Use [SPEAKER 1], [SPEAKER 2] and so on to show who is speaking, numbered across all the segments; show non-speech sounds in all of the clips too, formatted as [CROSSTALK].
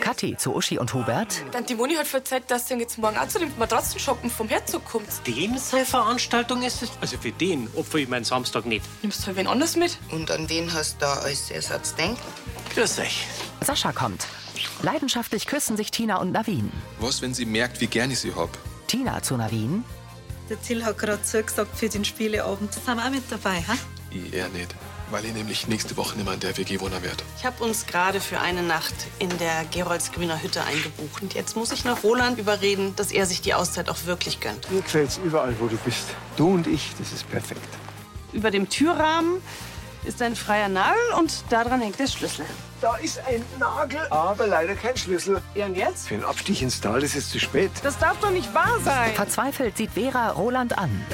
[SPEAKER 1] Kathi zu Uschi und Hubert,
[SPEAKER 2] Dann die Moni hat verzeiht, dass sie jetzt morgen auch zu dem Matratzenshoppen vom Herzog kommt.
[SPEAKER 3] Dem seine Veranstaltung ist es. Also für den opfer ich meinen Samstag nicht.
[SPEAKER 2] Nimmst halt wen anders mit?
[SPEAKER 4] Und an wen hast du da als Ersatz denkt?
[SPEAKER 3] Grüß euch.
[SPEAKER 1] Sascha kommt. Leidenschaftlich küssen sich Tina und Navin.
[SPEAKER 5] Was, wenn sie merkt, wie gern ich sie hab?
[SPEAKER 1] Tina zu Navin,
[SPEAKER 6] Der Till hat gerade zugesagt für den Spieleabend. Sind wir auch mit dabei, hä?
[SPEAKER 5] Ich eher nicht. Weil ich nämlich nächste Woche nicht mehr in der WG wohnen werde.
[SPEAKER 7] Ich habe uns gerade für eine Nacht in der Geroldsgrüner Hütte eingebucht. Und jetzt muss ich noch Roland überreden, dass er sich die Auszeit auch wirklich gönnt.
[SPEAKER 8] Mir gefällt's überall, wo du bist. Du und ich, das ist perfekt.
[SPEAKER 7] Über dem Türrahmen ist ein freier Nagel und daran hängt der Schlüssel.
[SPEAKER 8] Da ist ein Nagel, aber leider kein Schlüssel.
[SPEAKER 7] Ja, und
[SPEAKER 8] [LAUGHS]
[SPEAKER 7] jetzt?
[SPEAKER 8] Für einen Abstich ins Tal ist es zu spät.
[SPEAKER 7] Das darf doch nicht wahr sein.
[SPEAKER 1] verzweifelt sieht Vera Roland an.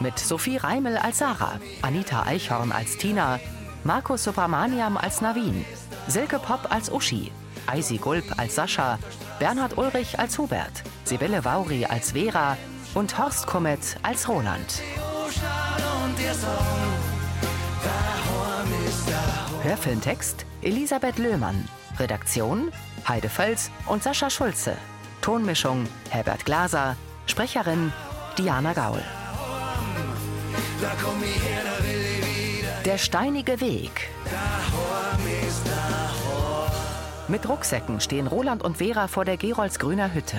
[SPEAKER 1] Mit Sophie Reimel als Sarah, Anita Eichhorn als Tina, Markus Subramaniam als Navin, Silke Popp als Uschi, Eisi Gulp als Sascha, Bernhard Ulrich als Hubert, Sibylle Vauri als Vera und Horst Kummet als Roland. Hörfilmtext Elisabeth Löhmann. Redaktion Heide Völz und Sascha Schulze. Tonmischung Herbert Glaser. Sprecherin Diana Gaul. Der steinige Weg. Mit Rucksäcken stehen Roland und Vera vor der Geroldsgrüner Hütte.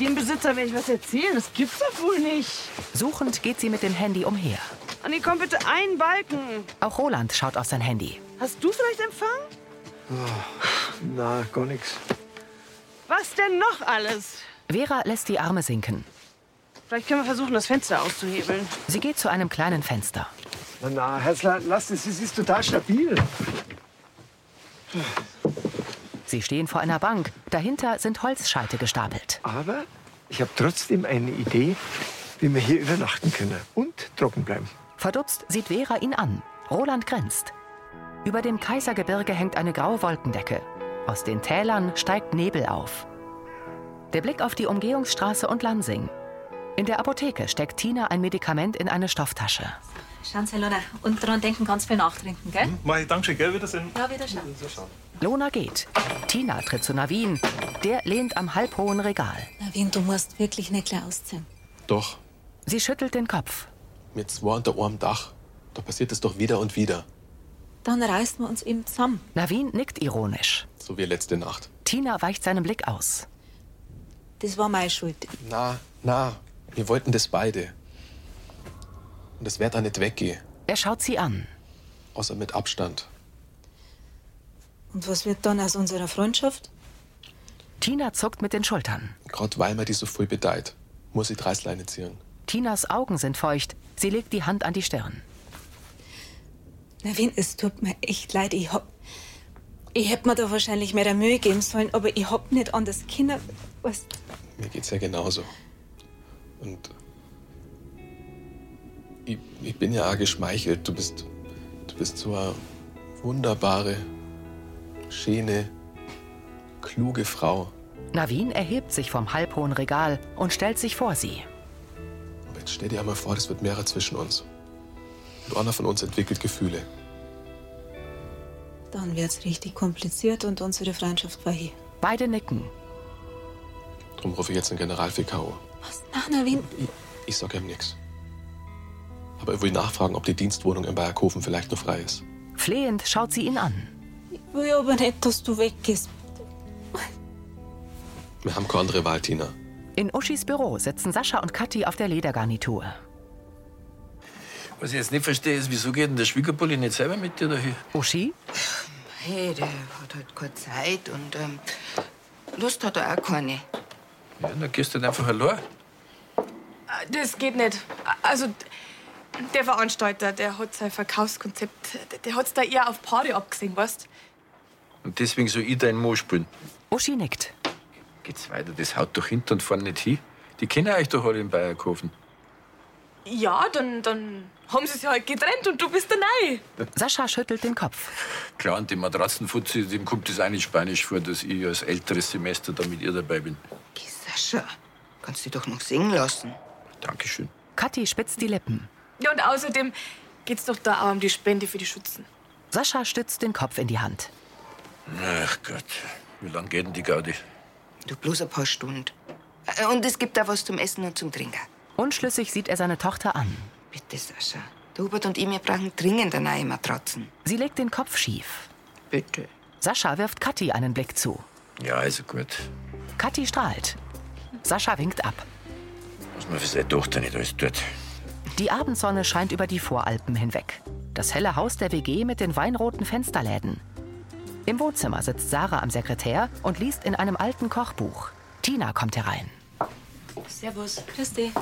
[SPEAKER 7] Dem Besitzer werde ich was erzählen. Das gibt's doch wohl nicht.
[SPEAKER 1] Suchend geht sie mit dem Handy um. umher.
[SPEAKER 7] Anni, komm bitte einen Balken.
[SPEAKER 1] Auch Roland schaut auf sein Handy.
[SPEAKER 7] Hast du vielleicht Empfang?
[SPEAKER 8] Ah, Na, gar nichts.
[SPEAKER 7] Was denn noch alles?
[SPEAKER 1] Vera lässt die Arme sinken.
[SPEAKER 7] Vielleicht können wir versuchen, das Fenster auszuhebeln.
[SPEAKER 1] Sie geht zu einem kleinen Fenster.
[SPEAKER 8] Na, na, Herzler, lass es, es ist total stabil.
[SPEAKER 1] Sie stehen vor einer Bank. Dahinter sind Holzscheite gestapelt.
[SPEAKER 8] Aber ich habe trotzdem eine Idee, wie wir hier übernachten können und trocken bleiben.
[SPEAKER 1] Verdutzt sieht Vera ihn an. Roland grinst. Über dem Kaisergebirge hängt eine graue Wolkendecke. Aus den Tälern steigt Nebel auf. Der Blick auf die Umgehungsstraße und Lansing. In der Apotheke steckt Tina ein Medikament in eine Stofftasche.
[SPEAKER 6] Schauen Sie, Lona. Und dran denken, ganz viel nachtrinken, gell?
[SPEAKER 9] Mach ich Dankeschön, gell? Wiedersehen.
[SPEAKER 6] Ja, wieder schauen.
[SPEAKER 1] Lona geht. Tina tritt zu Navin. Der lehnt am halbhohen Regal.
[SPEAKER 6] Navin, du musst wirklich nicht gleich ausziehen.
[SPEAKER 5] Doch,
[SPEAKER 1] Sie schüttelt den Kopf.
[SPEAKER 5] mit zwei unter einem Dach. Da passiert es doch wieder und wieder.
[SPEAKER 6] Dann reißen wir uns eben zusammen.
[SPEAKER 1] Navin nickt ironisch.
[SPEAKER 5] So wie letzte Nacht.
[SPEAKER 1] Tina weicht seinem Blick aus.
[SPEAKER 6] Das war meine Schuld.
[SPEAKER 5] Na, na, wir wollten das beide. Und es wird da nicht weggehen.
[SPEAKER 1] Er schaut sie an.
[SPEAKER 5] Außer mit Abstand.
[SPEAKER 6] Und was wird dann aus unserer Freundschaft?
[SPEAKER 1] Tina zuckt mit den Schultern.
[SPEAKER 5] Gerade weil mir die so viel bedeiht, muss ich die Reißleine ziehen.
[SPEAKER 1] Tinas Augen sind feucht. Sie legt die Hand an die Stirn.
[SPEAKER 6] Navin, es tut mir echt leid. Ich hab. Ich hätte mir da wahrscheinlich mehr Mühe geben sollen, aber ich hab nicht anders Kinder. Was?
[SPEAKER 5] Mir geht's ja genauso. Und ich, ich bin ja auch geschmeichelt. Du bist, du bist so eine wunderbare, schöne, kluge Frau.
[SPEAKER 1] Navin erhebt sich vom halbhohen Regal und stellt sich vor sie.
[SPEAKER 5] Aber jetzt stell dir einmal vor, das wird mehrere zwischen uns. Und einer von uns entwickelt Gefühle.
[SPEAKER 6] Dann wird's richtig kompliziert und unsere Freundschaft war hier.
[SPEAKER 1] Beide nicken.
[SPEAKER 5] Drum rufe ich jetzt den General für K.O.
[SPEAKER 6] Was? Nein, Navin,
[SPEAKER 5] Ich, ich sag ihm nix. Aber ich will nachfragen, ob die Dienstwohnung in Bayerkofen vielleicht noch frei ist.
[SPEAKER 1] Flehend schaut sie ihn an.
[SPEAKER 6] ich will aber nicht, dass du weggehst.
[SPEAKER 5] Wir haben keine andere Wahl, Tina.
[SPEAKER 1] In Uschis Büro sitzen Sascha und Kathi auf der Ledergarnitur.
[SPEAKER 10] Was ich jetzt nicht verstehe, ist, wieso geht denn der Schwiegerpulli nicht selber mit dir dahin?
[SPEAKER 1] Uschi?
[SPEAKER 4] Hey, der hat halt keine Zeit und ähm, Lust hat er auch keine.
[SPEAKER 10] Ja, dann gehst du halt einfach allein.
[SPEAKER 2] Ah, Das geht nicht. Also, der Veranstalter, der hat sein Verkaufskonzept, der- der hat's da eher auf Party abgesehen, weißt
[SPEAKER 10] Und deswegen soll ich deinen Mo spielen.
[SPEAKER 1] Uschi nickt.
[SPEAKER 10] Geht's weiter, das haut doch hinten und vorne nicht hin. Die kennen euch doch alle in Bayerkofen. [LAUGHS]
[SPEAKER 2] Ja, dann, dann haben sie sich halt getrennt und du bist der Nei.
[SPEAKER 1] Sascha schüttelt den Kopf.
[SPEAKER 10] Klar, und dem Matratzenfuzzi, dem kommt das auch nicht spanisch vor, dass ich als älteres Semester da mit ihr dabei bin.
[SPEAKER 4] Geh, Sascha, kannst du doch noch singen lassen.
[SPEAKER 10] Dankeschön.
[SPEAKER 1] Kathi spitzt die Lippen.
[SPEAKER 2] Ja, und außerdem geht's doch da auch um die Spende für die Schützen.
[SPEAKER 1] Sascha stützt den Kopf in die Hand.
[SPEAKER 10] Ach Gott, wie lange geht denn die Gaudi?
[SPEAKER 4] Du bloß ein paar Stunden. Äh, Und es gibt da was zum Essen und zum Trinken.
[SPEAKER 1] Unschlüssig sieht er seine Tochter an.
[SPEAKER 4] Bitte, Sascha. Der Hubert und ich, wir brauchen dringend eine neue Matratzen.
[SPEAKER 1] Sie legt den Kopf schief.
[SPEAKER 4] Bitte.
[SPEAKER 1] Sascha wirft Kathi einen Blick zu.
[SPEAKER 10] Ja, also gut.
[SPEAKER 1] Kathi strahlt. Sascha winkt ab.
[SPEAKER 10] Was man für seine Tochter nicht alles tut.
[SPEAKER 1] Die Abendsonne scheint über die Voralpen hinweg. Das helle Haus der WG mit den weinroten Fensterläden. Im Wohnzimmer sitzt Sarah am Sekretär und liest in einem alten Kochbuch. Tina kommt herein.
[SPEAKER 9] Servus. Grüß dich.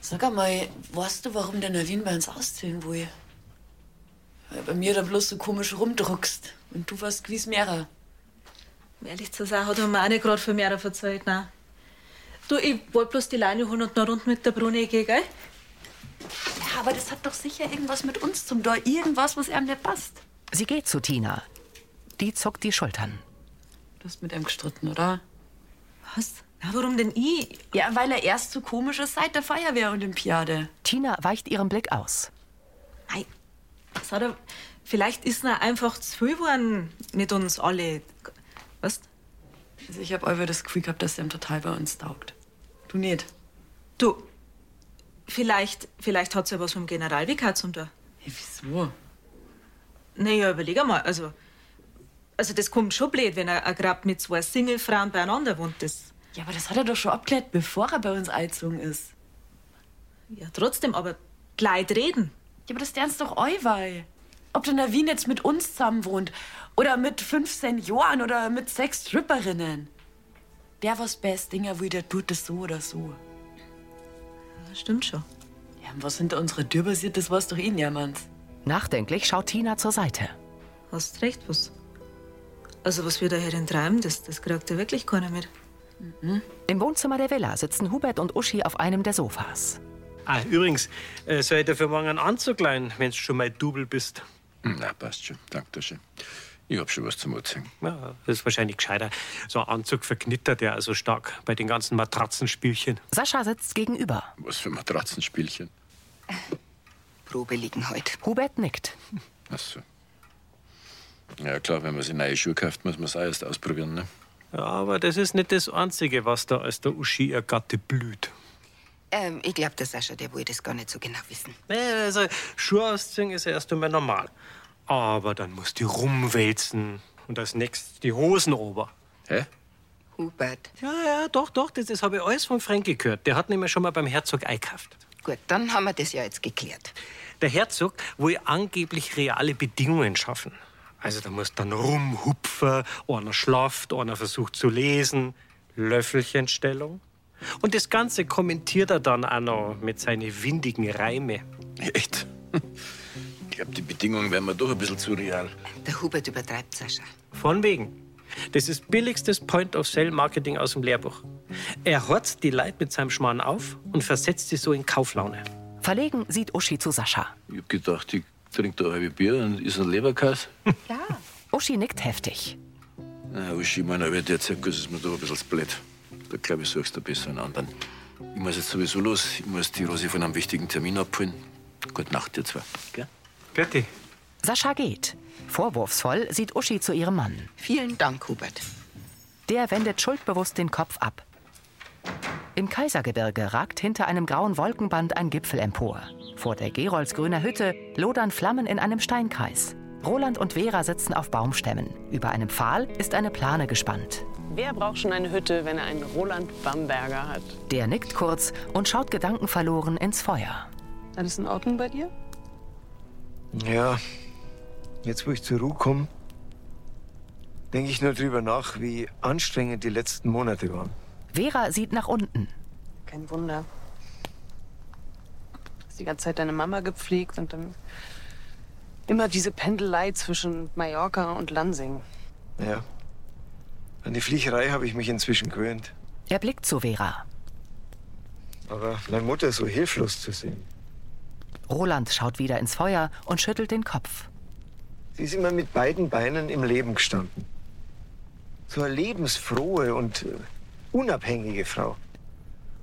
[SPEAKER 9] Sag einmal, weißt du, warum der Navin bei uns ausziehen will? Weil bei mir da bloß so komisch rumdruckst. Und du warst gewiss mehrer.
[SPEAKER 6] Um ehrlich zu sein, hat er mir auch nicht gerade für mehr verzeiht, nein. Du, ich wollte bloß die Leine holen und noch rund mit der Brune gehen, gell?
[SPEAKER 9] Ja, aber das hat doch sicher irgendwas mit uns zum Dor. Irgendwas, was einem nicht passt.
[SPEAKER 1] Sie geht zu Tina. Die zuckt die Schultern.
[SPEAKER 9] Du hast mit ihm gestritten, oder?
[SPEAKER 6] Was? Na, warum denn ich?
[SPEAKER 9] Ja, weil er erst so komisch ist seit der Feuerwehr-Olympiade.
[SPEAKER 1] Tina weicht ihrem Blick aus.
[SPEAKER 6] Nein. Das hat er, vielleicht ist er einfach zu viel geworden mit uns alle. Was?
[SPEAKER 9] Also ich habe einfach das Gefühl gehabt, dass er ihm total bei uns taugt. Du nicht.
[SPEAKER 6] Du, vielleicht, vielleicht hat ja was vom Generalvikar zum da.
[SPEAKER 9] Hey, wieso?
[SPEAKER 6] Naja, überleg einmal, also, also das kommt schon blöd, wenn er gerade mit zwei Singlefrauen beieinander wohnt. Das.
[SPEAKER 9] Ja, aber das hat er doch schon abgeklärt, bevor er bei uns eingezogen ist.
[SPEAKER 6] Ja, trotzdem, aber gleich reden.
[SPEAKER 9] Ja, aber das lernst doch euwei. Ob der Navin jetzt mit uns zusammen wohnt oder mit fünf Senioren oder mit sechs Stripperinnen. Der was best Dinger wie der tut das so oder so.
[SPEAKER 6] Das stimmt schon.
[SPEAKER 9] Ja, und was hinter unserer Tür passiert, das weiß doch eh niemand.
[SPEAKER 1] Nachdenklich schaut Tina zur Seite.
[SPEAKER 6] Hast recht, was? Also, was wir da hier treiben, das, das kriegt ja wirklich keiner mit.
[SPEAKER 1] Im Wohnzimmer der Villa sitzen Hubert und Uschi auf einem der Sofas.
[SPEAKER 3] Ah, übrigens, äh, soll ich dir für morgen einen Anzug leihen, wenn du schon mal Double bist?
[SPEAKER 10] Hm, Na, passt schon. Danke schön. Ich hab schon was zum Anziehen.
[SPEAKER 3] Ja, das ist wahrscheinlich gescheiter. So ein Anzug verknittert ja also stark bei den ganzen Matratzenspielchen.
[SPEAKER 1] Sascha sitzt gegenüber.
[SPEAKER 10] Was für Matratzenspielchen.
[SPEAKER 4] Probe liegen heute.
[SPEAKER 1] Hubert nickt.
[SPEAKER 10] Ach so. Ja, klar, wenn man sich neue Schuhe kauft, muss man es auch erst ausprobieren, ne?
[SPEAKER 3] Ja, aber das ist nicht das Einzige, was da als der Uschi ihr Gatte blüht.
[SPEAKER 4] Ähm, ich glaube, der Sascha, der will das gar nicht so genau wissen.
[SPEAKER 3] Nee, also Schuhe ausziehen ist ja erst einmal normal. Aber dann musst du rumwälzen und als nächstes die Hosen ober.
[SPEAKER 10] Hä?
[SPEAKER 4] Hubert.
[SPEAKER 3] Ja, ja, doch, doch, das, das habe ich alles von Frenki gehört. Der hat nämlich schon mal beim Herzog eingekauft.
[SPEAKER 4] Gut, dann haben wir das ja jetzt geklärt.
[SPEAKER 3] Der Herzog will angeblich reale Bedingungen schaffen. Also da muss dann rumhupfen, einer schlaft, einer versucht zu lesen, Löffelchenstellung. Und das Ganze kommentiert er dann auch noch mit seinen windigen Reime.
[SPEAKER 10] Echt? Ich glaube, die Bedingungen wären mir doch ein bisschen zu real.
[SPEAKER 4] Der Hubert übertreibt, Sascha.
[SPEAKER 3] Von wegen. Das ist billigstes Point-of-Sale-Marketing aus dem Lehrbuch. Er horzt die Leute mit seinem Schmarrn auf und versetzt sie so in Kauflaune.
[SPEAKER 1] Verlegen sieht Uschi zu Sascha.
[SPEAKER 10] Ich hab gedacht, ich trinke da ein halbes Bier und ist ein Leberkass.
[SPEAKER 1] Uschi nickt heftig.
[SPEAKER 10] Na, Uschi, ich meine, aber der Zirkus ist mir doch ein bisschen zu blöd. Da glaube ich, suchst du besser einen anderen. Ich muss jetzt sowieso los. Ich muss die Rosi von einem wichtigen Termin abholen. Gute Nacht, ihr zwei. Gell?
[SPEAKER 3] Fertig.
[SPEAKER 1] Sascha geht. Vorwurfsvoll sieht Uschi zu ihrem Mann.
[SPEAKER 4] Vielen Dank, Hubert.
[SPEAKER 1] Der wendet schuldbewusst den Kopf ab. Im Kaisergebirge ragt hinter einem grauen Wolkenband ein Gipfel empor. Vor der Geroldsgrüner Hütte lodern Flammen in einem Steinkreis. Roland und Vera sitzen auf Baumstämmen. Über einem Pfahl ist eine Plane gespannt.
[SPEAKER 7] Wer braucht schon eine Hütte, wenn er einen Roland Bamberger hat?
[SPEAKER 1] Der nickt kurz und schaut gedankenverloren ins Feuer.
[SPEAKER 7] Alles in Ordnung bei dir?
[SPEAKER 8] Ja, jetzt wo ich zur Ruhe komme, denke ich nur drüber nach, wie anstrengend die letzten Monate waren.
[SPEAKER 1] Vera sieht nach unten.
[SPEAKER 7] Kein Wunder. Hast die ganze Zeit deine Mama gepflegt und dann immer diese Pendelei zwischen Mallorca und Lansing.
[SPEAKER 8] Ja. An die Fliecherei habe ich mich inzwischen gewöhnt.
[SPEAKER 1] Er blickt zu Vera.
[SPEAKER 8] Aber meine Mutter so hilflos zu sehen.
[SPEAKER 1] Roland schaut wieder ins Feuer und schüttelt den Kopf.
[SPEAKER 8] Sie ist immer mit beiden Beinen im Leben gestanden. So eine lebensfrohe und äh, unabhängige Frau.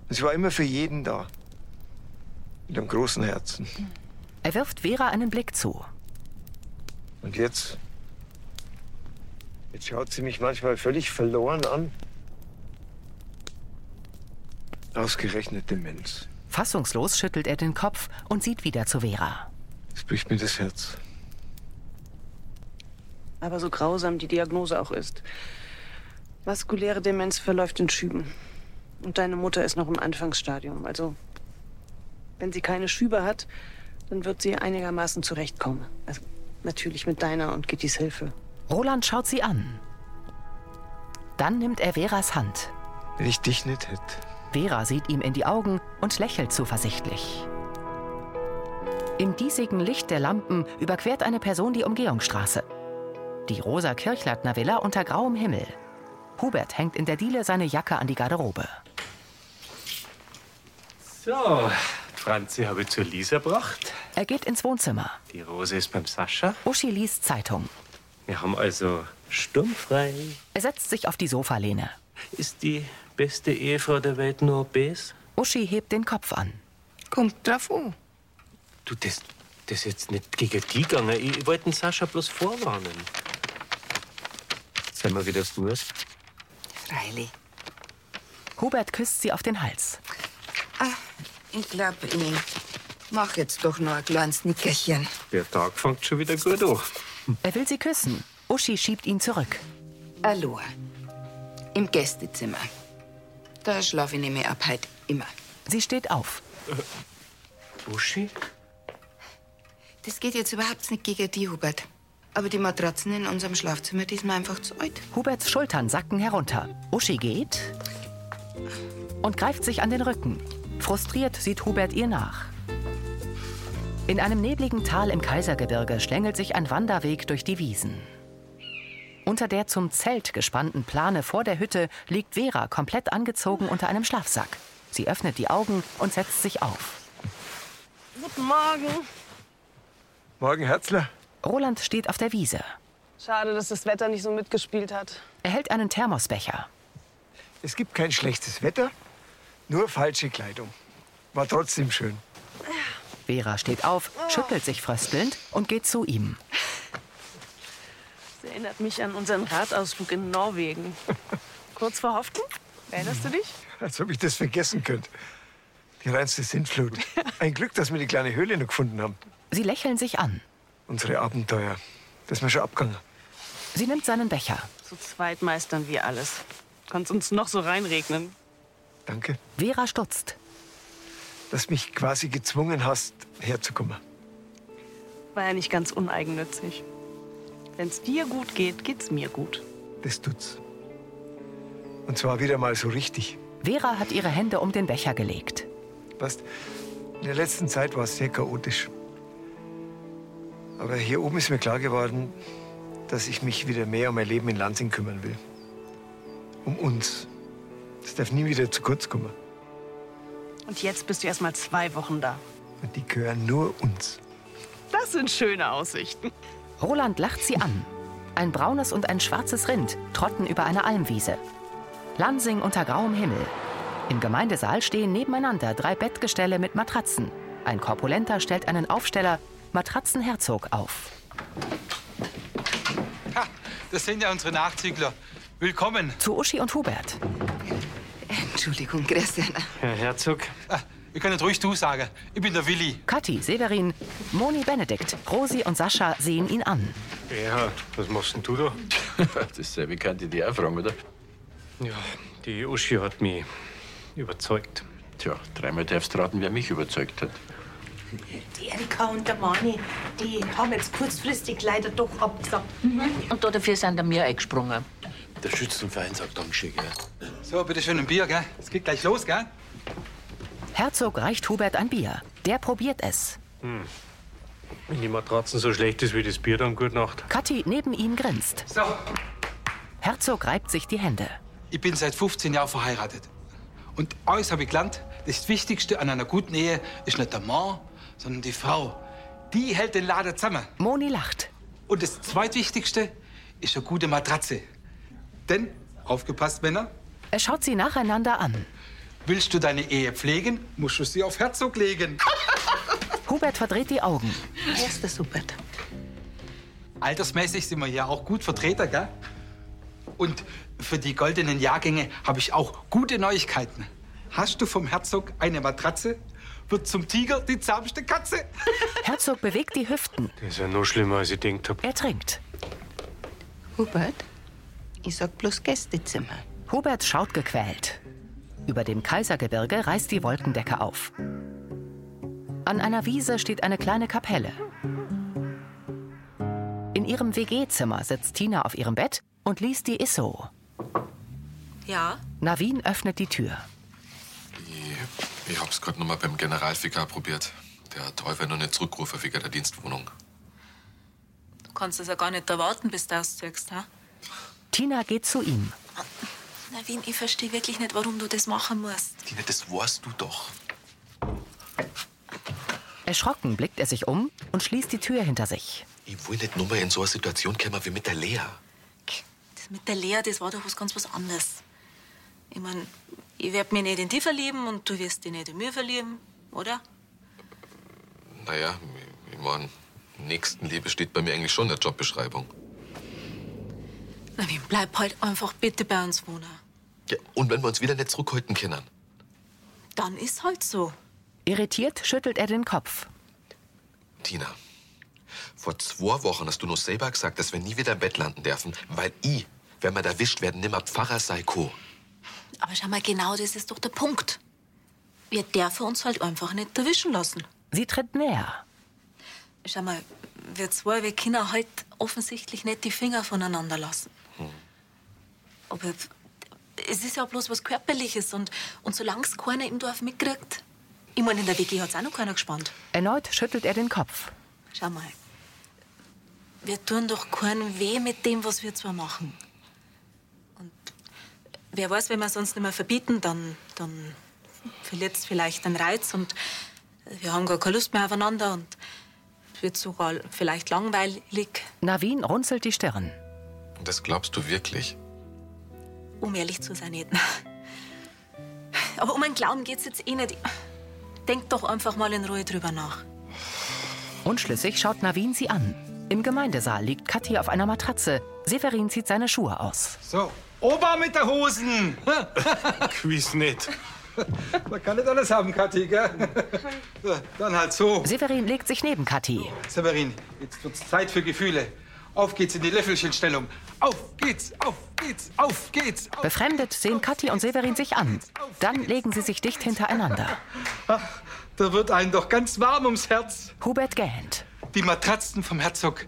[SPEAKER 8] Und sie war immer für jeden da. Mit einem großen Herzen.
[SPEAKER 1] Er wirft Vera einen Blick zu.
[SPEAKER 8] Und jetzt? Jetzt schaut sie mich manchmal völlig verloren an. Ausgerechnet Demenz.
[SPEAKER 1] Fassungslos schüttelt er den Kopf und sieht wieder zu Vera.
[SPEAKER 8] Es bricht mir das Herz.
[SPEAKER 7] Aber so grausam die Diagnose auch ist. Vaskuläre Demenz verläuft in Schüben. Und deine Mutter ist noch im Anfangsstadium. Also, wenn sie keine Schübe hat, dann wird sie einigermaßen zurechtkommen. Also, natürlich mit deiner und Gittys Hilfe.
[SPEAKER 1] Roland schaut sie an. Dann nimmt er Veras Hand.
[SPEAKER 8] Wenn ich dich nicht hätte.
[SPEAKER 1] Vera sieht ihm in die Augen und lächelt zuversichtlich. Im diesigen Licht der Lampen überquert eine Person die Umgehungsstraße. Die rosa Kirchleitner Villa unter grauem Himmel. Hubert hängt in der Diele seine Jacke an die Garderobe.
[SPEAKER 3] So, Franzi habe ich zur Lisa gebracht.
[SPEAKER 1] Er geht ins Wohnzimmer.
[SPEAKER 3] Die Rose ist beim Sascha.
[SPEAKER 1] Uschi liest Zeitung.
[SPEAKER 3] Wir haben also sturmfrei.
[SPEAKER 1] Er setzt sich auf die Sofalehne.
[SPEAKER 3] Ist die beste Ehefrau der Welt nur obes?
[SPEAKER 1] Uschi hebt den Kopf an.
[SPEAKER 4] Kommt drauf an.
[SPEAKER 3] Du, das, das ist jetzt nicht gegen die gegangen. Ich, ich wollte den Sascha bloß vorwarnen. Sag mal, wie das du hast.
[SPEAKER 4] Freilich.
[SPEAKER 1] Hubert küsst sie auf den Hals.
[SPEAKER 4] Ah, ich glaub, ich mach jetzt doch noch ein kleines Nickerchen.
[SPEAKER 3] Der Tag fängt schon wieder gut an.
[SPEAKER 1] Er will sie küssen. Uschi schiebt ihn zurück.
[SPEAKER 4] Hallo. Im Gästezimmer. Da schlaf ich nämlich ab heute immer.
[SPEAKER 1] Sie steht auf.
[SPEAKER 3] Uschi?
[SPEAKER 4] Das geht jetzt überhaupt nicht gegen die, Hubert. Aber die Matratzen in unserem Schlafzimmer, die sind mir einfach zu alt.
[SPEAKER 1] Huberts Schultern sacken herunter. Uschi geht und greift sich an den Rücken. Frustriert sieht Hubert ihr nach. In einem nebligen Tal im Kaisergebirge schlängelt sich ein Wanderweg durch die Wiesen. Unter der zum Zelt gespannten Plane vor der Hütte liegt Vera komplett angezogen unter einem Schlafsack. Sie öffnet die Augen und setzt sich auf.
[SPEAKER 7] Guten Morgen.
[SPEAKER 8] Morgen, Herzler.
[SPEAKER 1] Roland steht auf der Wiese.
[SPEAKER 7] Schade, dass das Wetter nicht so mitgespielt hat.
[SPEAKER 1] Er hält einen Thermosbecher.
[SPEAKER 8] Es gibt kein schlechtes Wetter, nur falsche Kleidung. War trotzdem schön.
[SPEAKER 1] Vera steht auf, schüttelt sich fröstelnd und geht zu ihm.
[SPEAKER 7] Das erinnert mich an unseren Radausflug in [LAUGHS] Norwegen. Kurz vor Hoften? Erinnerst du dich?
[SPEAKER 8] Als ob ich das vergessen könnte. Die
[SPEAKER 1] [LAUGHS]
[SPEAKER 8] reinste Sintflut. Ein Glück, dass wir die kleine Höhle noch gefunden haben.
[SPEAKER 1] Sie lächeln sich an.
[SPEAKER 8] Unsere Abenteuer. Das ist mir schon abgegangen.
[SPEAKER 1] Sie nimmt seinen Becher.
[SPEAKER 7] Zu zweit meistern wir alles. Kannst uns noch so reinregnen.
[SPEAKER 8] Danke,
[SPEAKER 1] Vera stutzt.
[SPEAKER 8] dass mich quasi gezwungen hast, herzukommen.
[SPEAKER 7] War ja nicht ganz uneigennützig. Wenn's dir gut geht, geht's mir gut.
[SPEAKER 8] Das tut's. Und zwar wieder mal so richtig.
[SPEAKER 1] Vera hat ihre Hände um den Becher gelegt.
[SPEAKER 8] Weißt, in der letzten Zeit war es sehr chaotisch. Aber hier oben ist mir klar geworden, dass ich mich wieder mehr um mein Leben in Lansing kümmern will. Um uns. Das darf nie wieder zu kurz kommen.
[SPEAKER 7] Und jetzt bist du erst mal zwei Wochen da.
[SPEAKER 8] Und die gehören nur uns.
[SPEAKER 7] Das sind schöne Aussichten.
[SPEAKER 1] Roland lacht sie an. Ein braunes und ein schwarzes Rind trotten über eine Almwiese. Lansing unter grauem Himmel. Im Gemeindesaal stehen nebeneinander drei Bettgestelle mit Matratzen. Ein Korpulenter stellt einen Aufsteller Matratzenherzog auf.
[SPEAKER 11] Ha, das sind ja unsere Nachzügler. Willkommen.
[SPEAKER 1] Zu Uschi und Hubert.
[SPEAKER 4] Entschuldigung, Christian.
[SPEAKER 3] Herr Herzog,
[SPEAKER 11] Ah, ihr könnt ruhig du sagen. Ich bin der Willi.
[SPEAKER 1] Kathi, Severin, Moni Benedikt, Rosi und Sascha sehen ihn an.
[SPEAKER 3] Ja, was machst denn du
[SPEAKER 10] [LAUGHS]
[SPEAKER 3] da?
[SPEAKER 10] Dasselbe kann ich dir auch fragen, oder?
[SPEAKER 3] Ja, die Uschi hat mich überzeugt.
[SPEAKER 10] Tja, dreimal darfst du raten, wer mich überzeugt hat.
[SPEAKER 12] Die Erika und der Mani, die haben jetzt kurzfristig leider doch abgesagt. Und dafür sind da mir eingesprungen.
[SPEAKER 10] Der Schützenverein sagt Dankeschön, gell?
[SPEAKER 11] So, bitte schön ein Bier, gell? Es geht gleich los, gell?
[SPEAKER 1] Herzog reicht Hubert ein Bier. Der probiert es.
[SPEAKER 3] Hm. Wenn die Matratzen so schlecht ist wie das Bier, dann gute Nacht.
[SPEAKER 1] Kathi neben ihm grinst.
[SPEAKER 11] So.
[SPEAKER 1] Herzog reibt sich die Hände.
[SPEAKER 11] Ich bin seit 15 Jahren verheiratet. Und eins habe ich gelernt, das Wichtigste an einer guten Ehe ist nicht der Mann, sondern die Frau. Die hält den Laden zusammen.
[SPEAKER 1] Moni lacht.
[SPEAKER 11] Und das Zweitwichtigste ist eine gute Matratze. Denn, aufgepasst, Männer,
[SPEAKER 1] Er schaut sie nacheinander an.
[SPEAKER 11] willst du deine Ehe pflegen, musst du sie auf Herzog legen.
[SPEAKER 1] Hubert verdreht die Augen.
[SPEAKER 11] Erstes Hubert. Altersmäßig sind wir ja auch gut vertreten, gell? Und für die goldenen Jahrgänge habe ich auch gute Neuigkeiten. Hast du vom Herzog eine Matratze? Wird zum Tiger die zahmste Katze.
[SPEAKER 1] Herzog bewegt die Hüften.
[SPEAKER 3] Das ist ja noch schlimmer, als ich denkt habe.
[SPEAKER 1] Er trinkt.
[SPEAKER 4] Hubert, ich sag bloß Gästezimmer.
[SPEAKER 1] Hubert schaut gequält. Über dem Kaisergebirge reißt die Wolkendecke auf. An einer Wiese steht eine kleine Kapelle. In ihrem WG-Zimmer sitzt Tina auf ihrem Bett und liest die Isso.
[SPEAKER 6] Ja?
[SPEAKER 1] Navin öffnet die Tür.
[SPEAKER 5] Ich hab's gerade nochmal beim Generalvikar probiert. Der hat heuer noch nicht zurückgerufen wegen der Dienstwohnung.
[SPEAKER 6] Du kannst es ja gar nicht erwarten, bis du ne? ausziehst, ha?
[SPEAKER 1] Tina geht zu ihm.
[SPEAKER 6] Navin, ich verstehe wirklich nicht, warum du das machen musst.
[SPEAKER 5] Tina, das weißt du doch.
[SPEAKER 1] Erschrocken blickt er sich um und schließt die Tür hinter sich.
[SPEAKER 5] Ich will nicht nochmal in so eine Situation kommen wie mit der Lea.
[SPEAKER 6] Das mit der Lea, das war doch was ganz was anderes. Ich mein, ich werd mich nicht in die verlieben und du wirst dich nicht in mich verlieben, oder?
[SPEAKER 5] Naja, ich mein, Nächstenliebe steht bei mir eigentlich schon in der Jobbeschreibung.
[SPEAKER 6] Navin, bleib halt einfach bitte bei uns wohnen.
[SPEAKER 5] Ja, und wenn wir uns wieder nicht zurückhalten können?
[SPEAKER 6] Dann ist halt so.
[SPEAKER 1] Irritiert schüttelt er den Kopf.
[SPEAKER 5] Tina, vor zwei Wochen hast du nur selber gesagt, dass wir nie wieder im Bett landen dürfen, weil ich, wenn wir erwischt werden, nimmer Pfarrer sei Co.
[SPEAKER 6] Aber schau mal, genau das ist doch der Punkt. Wir dürfen uns halt einfach nicht erwischen lassen.
[SPEAKER 1] Sie tritt näher.
[SPEAKER 6] Schau mal, wir zwei, wir können halt offensichtlich nicht die Finger voneinander lassen. Aber es ist ja bloß was Körperliches und, und solange es keiner im Dorf mitkriegt. Ich meine, in der WG hat's auch noch keiner gespannt.
[SPEAKER 1] Erneut schüttelt er den Kopf.
[SPEAKER 6] Schau mal, wir tun doch keinen weh mit dem, was wir zwar machen. Und wer weiß, wenn wir es uns nicht mehr verbieten, dann, dann verliert es vielleicht den Reiz und wir haben gar keine Lust mehr aufeinander und es wird sogar vielleicht langweilig.
[SPEAKER 1] Navin runzelt die Stirn.
[SPEAKER 5] Und das glaubst du wirklich?
[SPEAKER 6] Um ehrlich zu sein, nicht. [LAUGHS] Aber um einen Glauben geht's jetzt eh nicht. Denk doch einfach mal in Ruhe drüber nach.
[SPEAKER 1] Unschlüssig schaut Navin sie an. Im Gemeindesaal liegt Kathi auf einer Matratze. Severin zieht seine Schuhe aus.
[SPEAKER 11] So, Ober mit der Hosen.
[SPEAKER 3] Quiz nicht.
[SPEAKER 11] Man kann nicht alles haben, Kathi, gell? So, Dann halt so.
[SPEAKER 1] Severin legt sich neben Kathi.
[SPEAKER 11] Severin, jetzt wird's Zeit für Gefühle. Auf geht's in die Löffelchenstellung. Auf geht's, auf geht's, auf geht's.
[SPEAKER 1] Befremdet sehen Kathi und Severin sich an. Dann legen sie sich dicht hintereinander.
[SPEAKER 11] Ach, da wird einem doch ganz warm ums Herz.
[SPEAKER 1] Hubert gähnt.
[SPEAKER 11] Die Matratzen vom Herzog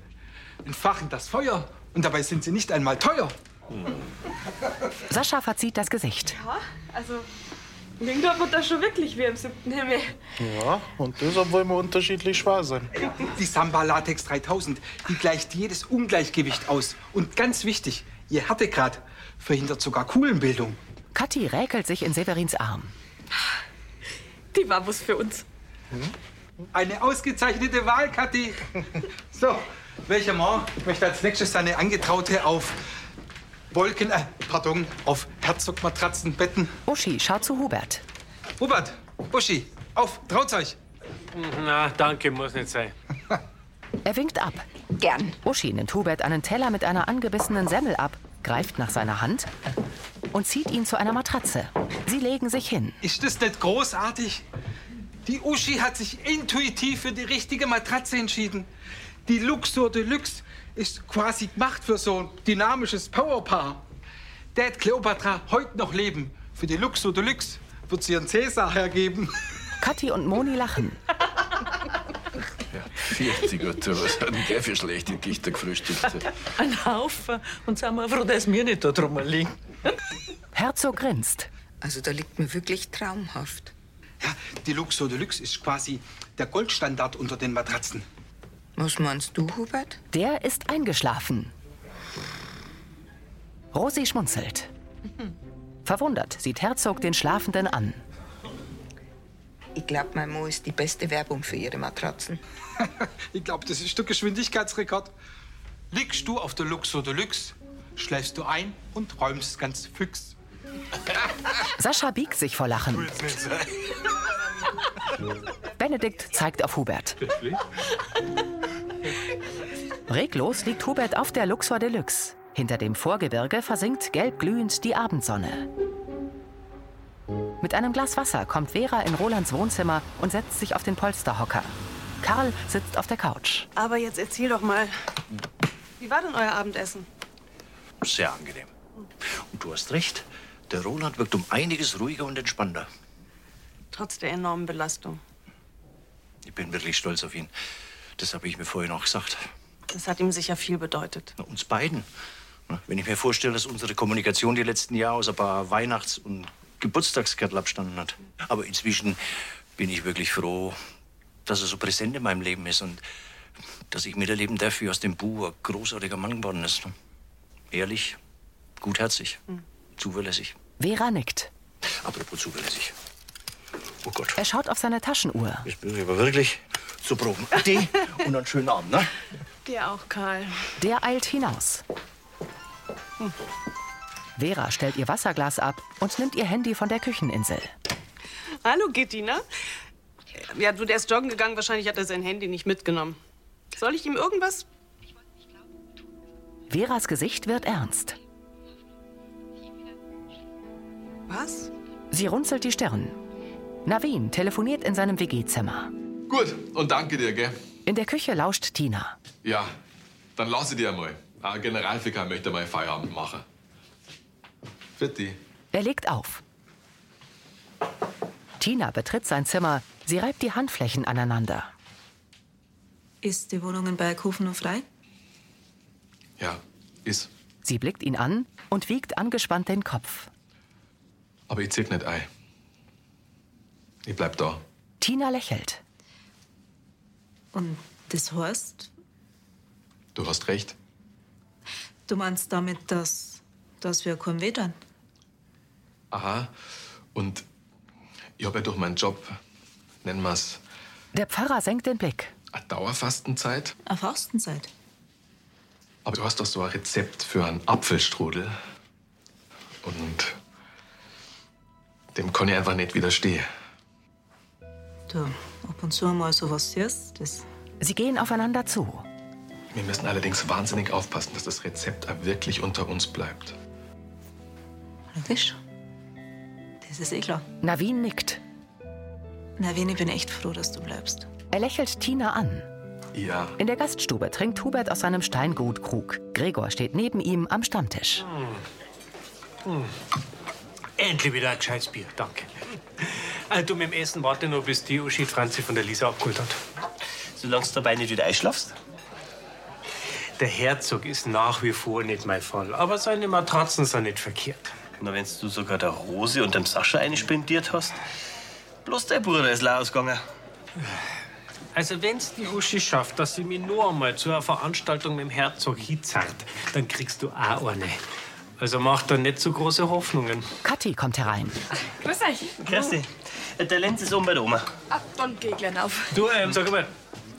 [SPEAKER 11] entfachen das Feuer und dabei sind sie nicht einmal teuer.
[SPEAKER 1] Sascha verzieht das Gesicht.
[SPEAKER 2] Ja, also, wegen der wird das schon wirklich wie im siebten Himmel.
[SPEAKER 11] Ja, und deshalb wollen wir unterschiedlich schwer sein. Die Samba Latex 3000, die gleicht jedes Ungleichgewicht aus. Und ganz wichtig, ihr Härtegrad verhindert sogar Kuhlenbildung.
[SPEAKER 1] Kathi räkelt sich in Severins Arm.
[SPEAKER 2] Die war was für uns.
[SPEAKER 11] Eine ausgezeichnete Wahl, Kathi. So, welcher Mann möchte als nächstes seine Angetraute auf Wolken, äh, pardon, auf Herzogmatratzen betten?
[SPEAKER 1] Uschi, schaut zu Hubert.
[SPEAKER 11] Hubert, Uschi, auf, traut euch.
[SPEAKER 3] Hm, Na, danke, muss nicht sein.
[SPEAKER 1] Er winkt ab. Gern. Uschi nimmt Hubert einen Teller mit einer angebissenen Semmel ab, greift nach seiner Hand und zieht ihn zu einer Matratze. Sie legen sich hin.
[SPEAKER 11] Ist das nicht großartig? Die Uschi hat sich intuitiv für die richtige Matratze entschieden. Die Luxor Deluxe ist quasi gemacht für so ein dynamisches Powerpaar. Dät Cleopatra heute noch leben. Für die Luxor Deluxe wird sie ihren Cäsar hergeben. [LAUGHS]
[SPEAKER 1] Kathi und Moni lachen.
[SPEAKER 10] 40 Uhr, was hat denn der für schlechte Gichter gefrühstückt?
[SPEAKER 13] Ein Haufen. Und sind wir froh, dass wir nicht da drum liegen.
[SPEAKER 1] Herzog grinst.
[SPEAKER 4] Also da liegt mir wirklich traumhaft.
[SPEAKER 11] Die Luxor Deluxe ist quasi der Goldstandard unter den Matratzen. [LAUGHS]
[SPEAKER 4] Was meinst du, Hubert?
[SPEAKER 1] Der ist eingeschlafen. Rosi schmunzelt. Verwundert sieht Herzog den Schlafenden an.
[SPEAKER 4] Ich glaub, mein Mo ist die beste Werbung für ihre Matratzen.
[SPEAKER 11] Ich glaube, das ist der Geschwindigkeitsrekord. Liegst du auf der Luxor Deluxe, schläfst du ein und räumst ganz fix.
[SPEAKER 1] Sascha biegt sich vor Lachen. Benedikt zeigt auf Hubert. Reglos liegt Hubert auf der Luxor Deluxe. Hinter dem Vorgebirge versinkt gelbglühend die Abendsonne. Mit einem Glas Wasser kommt Vera in Rolands Wohnzimmer und setzt sich auf den Polsterhocker. Karl sitzt auf der Couch.
[SPEAKER 7] Aber jetzt erzähl doch mal, wie war denn euer Abendessen?
[SPEAKER 14] Sehr angenehm. Und du hast recht, der Roland wirkt um einiges ruhiger und entspannter.
[SPEAKER 7] Trotz der enormen Belastung.
[SPEAKER 14] Ich bin wirklich stolz auf ihn. Das habe ich mir vorhin auch gesagt.
[SPEAKER 7] Das hat ihm sicher viel bedeutet.
[SPEAKER 14] Na, uns beiden. Na, Wenn ich mir vorstelle, dass unsere Kommunikation die letzten Jahre aus ein paar Weihnachts- und Geburtstagskertel abstanden hat. Aber inzwischen bin ich wirklich froh, dass er so präsent in meinem Leben ist und dass ich miterleben darf, wie aus dem Bu ein großartiger Mann geworden ist. Ehrlich, gutherzig, zuverlässig.
[SPEAKER 1] Vera nickt.
[SPEAKER 14] Apropos zuverlässig.
[SPEAKER 1] Er schaut auf seine Taschenuhr.
[SPEAKER 14] Ich bin aber wirklich zu Proben. Ade und einen schönen Abend, ne?
[SPEAKER 7] Dir auch, Karl.
[SPEAKER 1] Der eilt hinaus. Vera stellt ihr Wasserglas ab und nimmt ihr Handy von der Kücheninsel.
[SPEAKER 7] [LAUGHS] Hallo, Gitti, ne? Ja, du, der ist joggen gegangen. Wahrscheinlich hat er sein Handy nicht mitgenommen. Soll ich ihm irgendwas?
[SPEAKER 1] Veras Gesicht wird ernst.
[SPEAKER 7] Was?
[SPEAKER 1] Sie runzelt die Stirn. Navin telefoniert in seinem WG-Zimmer.
[SPEAKER 5] Gut, und danke dir, gell?
[SPEAKER 1] In der Küche lauscht Tina.
[SPEAKER 5] Ja, dann lass ich dir einmal. Ein Generalvikar möchte mal Feierabend machen. Fitti.
[SPEAKER 1] Er legt auf. Tina betritt sein Zimmer. Sie reibt die Handflächen aneinander.
[SPEAKER 6] Ist die Wohnung in Berghofen nur frei?
[SPEAKER 5] Ja, ist.
[SPEAKER 1] Sie blickt ihn an und wiegt angespannt den Kopf.
[SPEAKER 5] Aber ich zieh nicht ein. Ich bleib da.
[SPEAKER 1] Tina lächelt.
[SPEAKER 6] Und das heißt,
[SPEAKER 5] Du hast recht.
[SPEAKER 6] du meinst damit, dass, dass wir kein Weh tun?
[SPEAKER 5] Aha. Und ich habe ja durch meinen Job, nennen wir's,
[SPEAKER 1] Der Pfarrer senkt den Blick.
[SPEAKER 5] eine Dauerfastenzeit.
[SPEAKER 6] Auf Fastenzeit.
[SPEAKER 5] Aber du hast doch so ein Rezept für einen Apfelstrudel. Und dem kann ich einfach nicht widerstehen.
[SPEAKER 6] Du, ab und zu mal sowas siehst, das
[SPEAKER 1] Sie gehen aufeinander zu.
[SPEAKER 5] Wir müssen allerdings wahnsinnig aufpassen, dass das Rezept auch wirklich unter uns bleibt.
[SPEAKER 6] logisch. Das ist eh klar.
[SPEAKER 1] Navin nickt.
[SPEAKER 6] Navin, ich bin echt froh, dass du bleibst.
[SPEAKER 1] Er lächelt Tina an.
[SPEAKER 5] Ja.
[SPEAKER 1] In der Gaststube trinkt Hubert aus seinem Steingutkrug. Gregor steht neben ihm am Stammtisch.
[SPEAKER 3] Hm. Endlich wieder ein gescheites Bier, danke. Äh, du, mit dem Essen warte nur, bis die Uschi Franzi von der Lisa abgeholt hat. Solange du dabei nicht wieder einschlafst? Der Herzog ist nach wie vor nicht mein Fall, aber seine Matratzen sind nicht verkehrt.
[SPEAKER 15] Na, wenn du sogar der Rose und dem Sascha eine spendiert hast. Bloß der Bruder ist leer ausgegangen.
[SPEAKER 3] Also, wenn's die Uschi schafft, dass sie mich nur einmal zu einer Veranstaltung mit dem Herzog hinzerrt, dann kriegst du auch eine. Also mach da nicht so große Hoffnungen.
[SPEAKER 1] Kathi kommt herein.
[SPEAKER 2] Grüß euch.
[SPEAKER 15] Grüß dich. Der Lenz ist oben bei der Oma.
[SPEAKER 2] Ah, dann geh ich gleich auf.
[SPEAKER 3] Du, ähm, sag mal,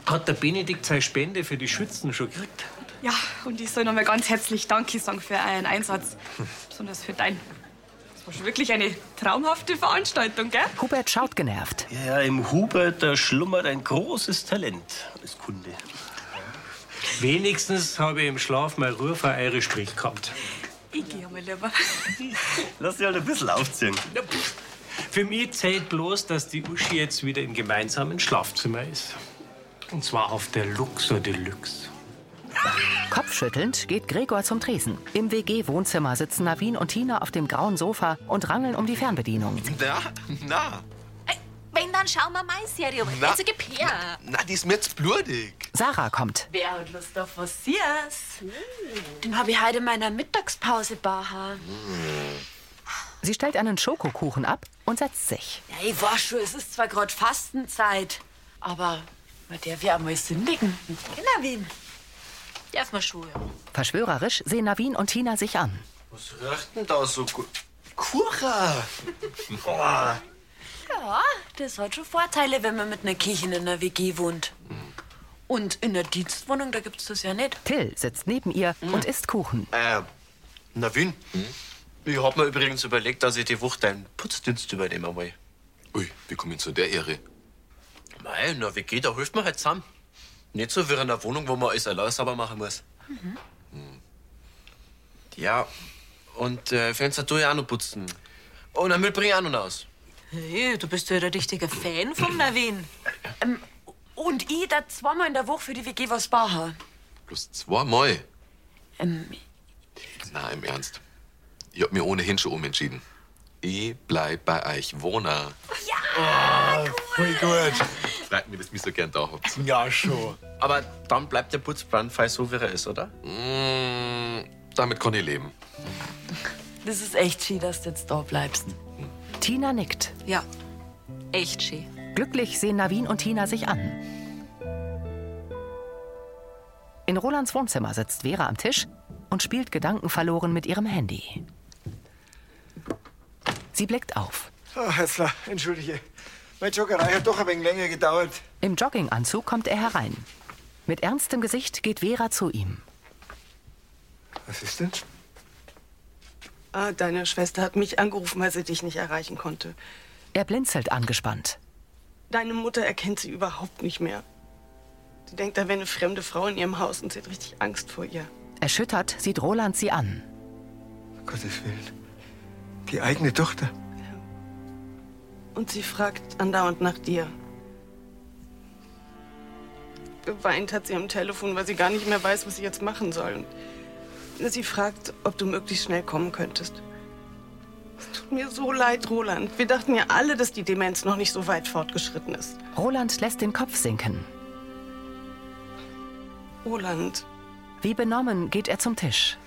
[SPEAKER 3] hat der Benedikt seine Spende für die Schützen schon gekriegt?
[SPEAKER 2] Ja, und ich soll nochmal ganz herzlich Danke sagen für euren Einsatz. Besonders für deinen. Das war schon wirklich eine traumhafte Veranstaltung, gell?
[SPEAKER 1] Hubert schaut genervt.
[SPEAKER 15] Ja, ja, im Hubert da schlummert ein großes Talent als Kunde.
[SPEAKER 3] Wenigstens habe ich im Schlaf mal Ruhe für eure Sprich gehabt.
[SPEAKER 2] Ich geh einmal lieber.
[SPEAKER 3] Lass dich halt ein bisschen aufziehen. Für mich zählt bloß, dass die Uschi jetzt wieder im gemeinsamen Schlafzimmer ist. Und zwar auf der Luxor Deluxe.
[SPEAKER 1] Kopfschüttelnd geht Gregor zum Tresen. Im WG-Wohnzimmer sitzen Navin und Tina auf dem grauen Sofa und rangeln um die Fernbedienung.
[SPEAKER 16] Na, na,
[SPEAKER 6] Wenn, dann schauen wir meine Serie an.
[SPEAKER 16] Na.
[SPEAKER 6] Also gib her.
[SPEAKER 16] na, die ist mir jetzt blutig.
[SPEAKER 1] Sarah kommt.
[SPEAKER 17] Wer hat Lust auf was Sias?
[SPEAKER 9] Hm.
[SPEAKER 17] Den habe ich heute in meiner Mittagspause baha.
[SPEAKER 9] Hm.
[SPEAKER 1] Sie stellt einen Schokokuchen ab und setzt sich.
[SPEAKER 17] Ja, ich weiß schon, es ist zwar gerade Fastenzeit, aber man darf ja einmal sündigen. Genau, Wien. Darf man schon, ja.
[SPEAKER 1] Verschwörerisch sehen Navin und Tina sich an.
[SPEAKER 15] Was riecht denn da so gut?
[SPEAKER 17] Kuchen! Ja, das hat schon Vorteile, wenn man mit einer Kirche in einer WG wohnt.
[SPEAKER 9] Hm.
[SPEAKER 17] Und in einer Dienstwohnung, da gibt's das ja nicht.
[SPEAKER 1] Till sitzt neben ihr und isst Kuchen.
[SPEAKER 15] Äh, Navin? Ich hab mir übrigens überlegt, dass ich die Woche deinen Putzdienst übernehme mal.
[SPEAKER 5] Ui, wie komme ich zu der Ehre?
[SPEAKER 15] Mei, na WG, da hilft man halt zusammen. Nicht so wie in einer Wohnung, wo man alles allein sauber machen muss.
[SPEAKER 10] Ja, und äh, Fenster tue ich auch noch putzen.
[SPEAKER 15] Oh,
[SPEAKER 10] Und den Müll bringe ich auch noch raus.
[SPEAKER 9] Hey, du bist ja der richtige
[SPEAKER 17] [CLEARS THROAT]
[SPEAKER 9] Fan vom Navin. Ähm, und ich da zweimal in der Woche für die WG was sparen.
[SPEAKER 5] Bloß zweimal.
[SPEAKER 9] Ähm,
[SPEAKER 5] Na, im Ernst. Ich hab mir ohnehin schon umentschieden. Ich bleib bei euch Wohner. Ja! voll gut. Freut mich, dass ihr mich so gern da habt.
[SPEAKER 10] Ja, schon. Aber dann bleibt der Putz brandfrei, so wie er ist, oder?
[SPEAKER 5] Mm, damit kann ich leben.
[SPEAKER 18] Das ist echt schön, dass du jetzt da bleibst.
[SPEAKER 1] Tina nickt.
[SPEAKER 19] Ja, echt schön.
[SPEAKER 1] Glücklich sehen Navin und Tina sich an. In Rolands Wohnzimmer sitzt Vera am Tisch und spielt gedankenverloren mit ihrem Handy. Sie blickt auf.
[SPEAKER 8] So, Hetzler, Ah, entschuldige. Meine Joggerei hat doch ein wenig länger gedauert.
[SPEAKER 1] Im Jogginganzug kommt er herein. Mit ernstem Gesicht geht Vera zu ihm.
[SPEAKER 8] Was ist denn?
[SPEAKER 7] Ah, deine Schwester hat mich angerufen, weil sie dich nicht erreichen konnte.
[SPEAKER 1] Er blinzelt angespannt.
[SPEAKER 7] Deine Mutter erkennt sie überhaupt nicht mehr. Sie denkt, da wäre eine fremde Frau in ihrem Haus und sie hat richtig Angst vor ihr.
[SPEAKER 1] Erschüttert sieht Roland sie an.
[SPEAKER 8] Um Gottes Willen. Die eigene Tochter.
[SPEAKER 7] Und sie fragt andauernd nach dir. Geweint hat sie am Telefon, weil sie gar nicht mehr weiß, was sie jetzt machen soll. Und sie fragt, ob du möglichst schnell kommen könntest. Es tut mir so leid, Roland. Wir dachten ja alle, dass die Demenz noch nicht so weit fortgeschritten ist.
[SPEAKER 1] Roland lässt den Kopf sinken.
[SPEAKER 7] Roland.
[SPEAKER 1] Wie benommen geht er zum Tisch.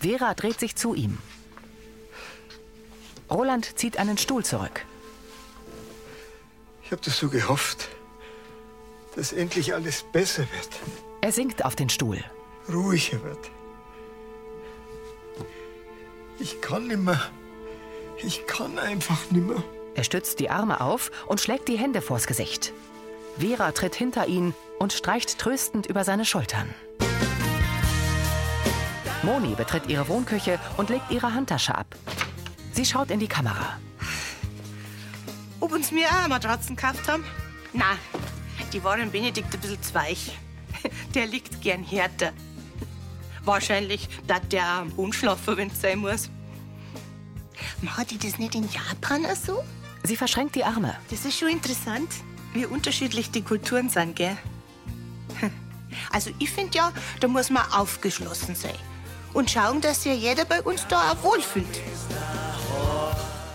[SPEAKER 1] Vera dreht sich zu ihm. Roland zieht einen Stuhl zurück.
[SPEAKER 8] Ich habe das so gehofft, dass endlich alles besser wird,
[SPEAKER 1] Er sinkt auf den Stuhl.
[SPEAKER 8] ruhiger wird. Ich kann nimmer. Ich kann einfach nimmer.
[SPEAKER 1] Er stützt die Arme auf und schlägt die Hände vors Gesicht. Vera tritt hinter ihn und streicht tröstend über seine Schultern. Moni betritt ihre Wohnküche und legt ihre Handtasche ab. Sie schaut in die Kamera.
[SPEAKER 15] Ob uns mir auch Matratzen gekauft haben? Na, die waren Benedikt ein bisschen zu weich. [LAUGHS] Der liegt gern härter. Wahrscheinlich darf der auch am Boden schlafen, wenn es sein muss. Machen die das nicht in Japan auch so?
[SPEAKER 1] Sie verschränkt die Arme.
[SPEAKER 15] Das ist schon interessant, wie unterschiedlich die Kulturen sind, gell? [LAUGHS] Also ich finde ja, da muss man aufgeschlossen sein. Und schauen, dass sich jeder bei uns da auch wohlfühlt.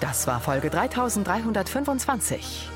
[SPEAKER 1] Das war Folge 3325.